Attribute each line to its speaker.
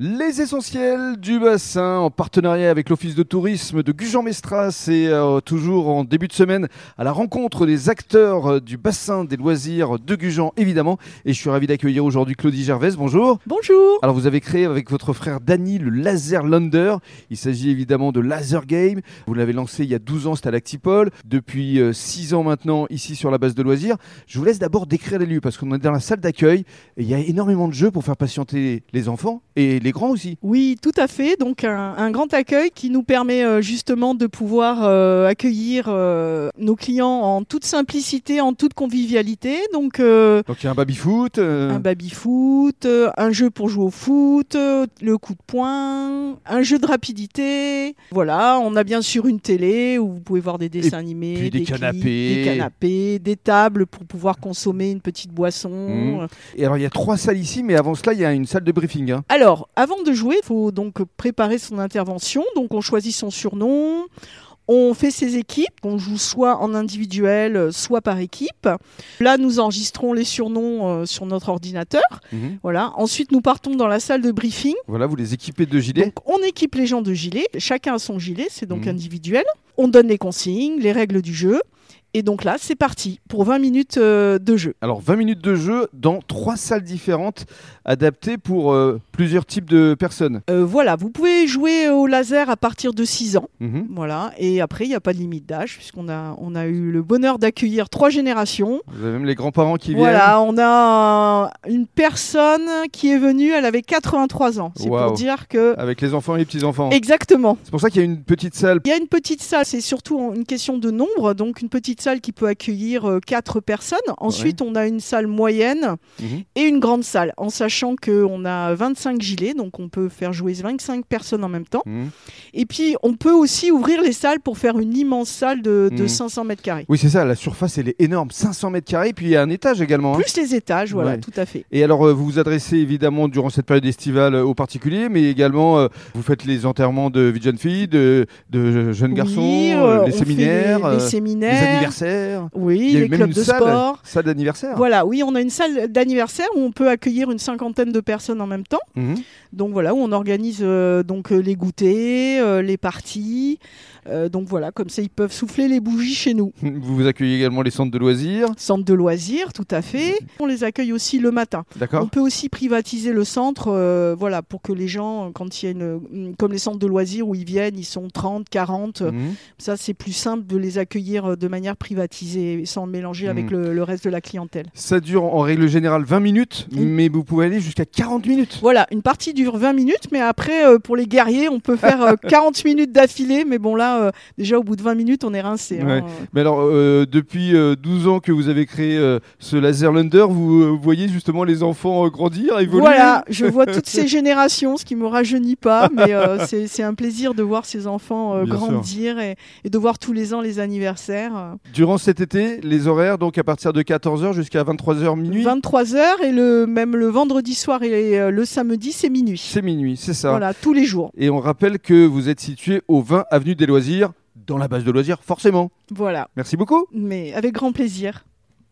Speaker 1: Les essentiels du bassin en partenariat avec l'office de tourisme de Gujan-Mestras et euh, toujours en début de semaine à la rencontre des acteurs euh, du bassin des loisirs de Gujan évidemment et je suis ravi d'accueillir aujourd'hui Claudie Gervais. Bonjour.
Speaker 2: Bonjour.
Speaker 1: Alors vous avez créé avec votre frère Danny le Laser Lander. Il s'agit évidemment de Laser Game. Vous l'avez lancé il y a 12 ans, c'était à l'Actipol. Depuis 6 ans maintenant ici sur la base de loisirs. Je vous laisse d'abord décrire les lieux parce qu'on est dans la salle d'accueil et il y a énormément de jeux pour faire patienter les enfants et les grands aussi.
Speaker 2: Oui, tout à fait. Donc un, un grand accueil qui nous permet euh, justement de pouvoir euh, accueillir euh, nos clients en toute simplicité, en toute convivialité. Donc euh,
Speaker 1: Donc il y a un baby-foot. euh,
Speaker 2: un baby-foot, euh, un jeu pour jouer au foot, euh, le coup de poing, un jeu de rapidité. Voilà, on a bien sûr une télé où vous pouvez voir des dessins animés,
Speaker 1: puis des
Speaker 2: clips,
Speaker 1: canapés.
Speaker 2: des canapés, des tables pour pouvoir consommer une petite boisson.
Speaker 1: Mhm. Et alors il y a trois salles ici mais avant cela il y a une salle de briefing. hein.
Speaker 2: Alors, avant de jouer, il faut donc préparer son intervention. Donc, on choisit son surnom. On fait ses équipes, on joue soit en individuel, euh, soit par équipe. Là, nous enregistrons les surnoms euh, sur notre ordinateur.
Speaker 1: Mhm.
Speaker 2: Voilà. Ensuite, nous partons dans la salle de briefing.
Speaker 1: Voilà, vous les équipez de gilets.
Speaker 2: Donc, on équipe les gens de gilets. Chacun a son gilet, c'est donc
Speaker 1: Mhm.
Speaker 2: individuel. On donne les consignes, les règles du jeu. Et donc là, c'est parti pour 20 minutes euh, de jeu.
Speaker 1: Alors 20 minutes de jeu dans trois salles différentes adaptées pour euh, plusieurs types de personnes.
Speaker 2: Euh, voilà, vous pouvez jouer au laser à partir de 6 ans.
Speaker 1: Mhm.
Speaker 2: Voilà, et après, il n'y a pas de limite d'âge, puisqu'on a, on a eu le bonheur d'accueillir trois générations.
Speaker 1: Vous avez même les grands-parents qui
Speaker 2: Voilà, on a une personne qui est venue, elle avait 83 ans. C'est
Speaker 1: Waouh. Ah.
Speaker 2: pour dire que.
Speaker 1: viennent avec les enfants et les petits-enfants.
Speaker 2: Exactement.
Speaker 1: C'est pour ça qu'il y a une petite salle.
Speaker 2: Il y a une petite salle, c'est surtout une question de nombre, donc une petite salle qui peut accueillir euh, quatre personnes. Ensuite, on a une salle moyenne
Speaker 1: Mhm.
Speaker 2: et une grande salle, en sachant qu'on a 25 gilets, donc on peut faire jouer 25 personnes en même temps.
Speaker 1: Mhm.
Speaker 2: Et puis, on peut aussi ouvrir les salles pour faire une immense salle de, de
Speaker 1: Mhm.
Speaker 2: 500 mètres carrés.
Speaker 1: Oui, c'est ça, la surface, elle est énorme. 500 mètres carrés, puis il y a un étage également. hein.
Speaker 2: Plus les étages, voilà,
Speaker 1: Ouais.
Speaker 2: tout à fait.
Speaker 1: Et alors, euh, vous vous adressez évidemment durant cette période estivale euh, aux particuliers, mais également euh, vous faites les enterrements de vie de jeunes filles, de, de jeunes garçons,
Speaker 2: Oui,
Speaker 1: euh,
Speaker 2: euh,
Speaker 1: les
Speaker 2: on fait
Speaker 1: séminaires,
Speaker 2: les,
Speaker 1: euh,
Speaker 2: les
Speaker 1: les
Speaker 2: séminaires,
Speaker 1: anniversaires.
Speaker 2: oui,
Speaker 1: il y a eu
Speaker 2: les
Speaker 1: même
Speaker 2: clubs
Speaker 1: une
Speaker 2: de
Speaker 1: salle. Ah.
Speaker 2: sport.
Speaker 1: Salle d'anniversaire.
Speaker 2: Voilà, oui, on a une salle d'anniversaire où on peut accueillir une cinquantaine de personnes en même temps.
Speaker 1: Mhm.
Speaker 2: Donc voilà, où on organise euh, donc euh, les goûters, euh, les parties. Euh, donc voilà, comme ça ils peuvent souffler les bougies chez nous.
Speaker 1: Vous vous accueillez également les centres de loisirs.
Speaker 2: Centre de loisirs, tout à fait. On les accueille aussi le matin.
Speaker 1: D'accord
Speaker 2: On peut aussi privatiser le centre, euh, voilà, pour que les gens, quand il y a une, une- comme les centres de loisirs où ils viennent, ils sont 30, 40,
Speaker 1: Mhm.
Speaker 2: Ça, c'est plus simple de les accueillir euh, de manière privatisée, et sans mélanger
Speaker 1: Mm.
Speaker 2: avec le, le reste de la clientèle.
Speaker 1: Ça dure en règle générale 20 minutes,
Speaker 2: Mm.
Speaker 1: mais vous pouvez aller jusqu'à 40 minutes.
Speaker 2: Voilà, une partie dure 20 minutes, mais après, euh, pour les guerriers, on peut faire euh, 40 minutes d'affilée. Mais bon, là, euh, déjà, au bout de 20 minutes, on est rincé. hein.
Speaker 1: Ouais. Mais alors, euh, depuis euh, 12 ans que vous avez créé euh, ce Laser Lander, vous euh, voyez justement les enfants euh, grandir, évoluer.
Speaker 2: Voilà, je vois toutes ces générations, ce qui me rajeunit pas, mais euh, c'est c'est un plaisir de voir ces enfants euh,
Speaker 1: Bien sûr.
Speaker 2: grandir et, et de voir tous les ans les anniversaires. euh.
Speaker 1: Durant cet été, les horaires, donc à partir de 14h jusqu'à 23h minuit,
Speaker 2: 23h et le, même le vendredi soir et euh, le samedi, c'est minuit.
Speaker 1: c'est minuit, c'est ça.
Speaker 2: Voilà, tous les jours.
Speaker 1: Et on rappelle que vous êtes situé au 20 Avenue des Loisirs, dans la base de loisirs, forcément.
Speaker 2: Voilà,
Speaker 1: Merci beaucoup.
Speaker 2: mais avec grand plaisir.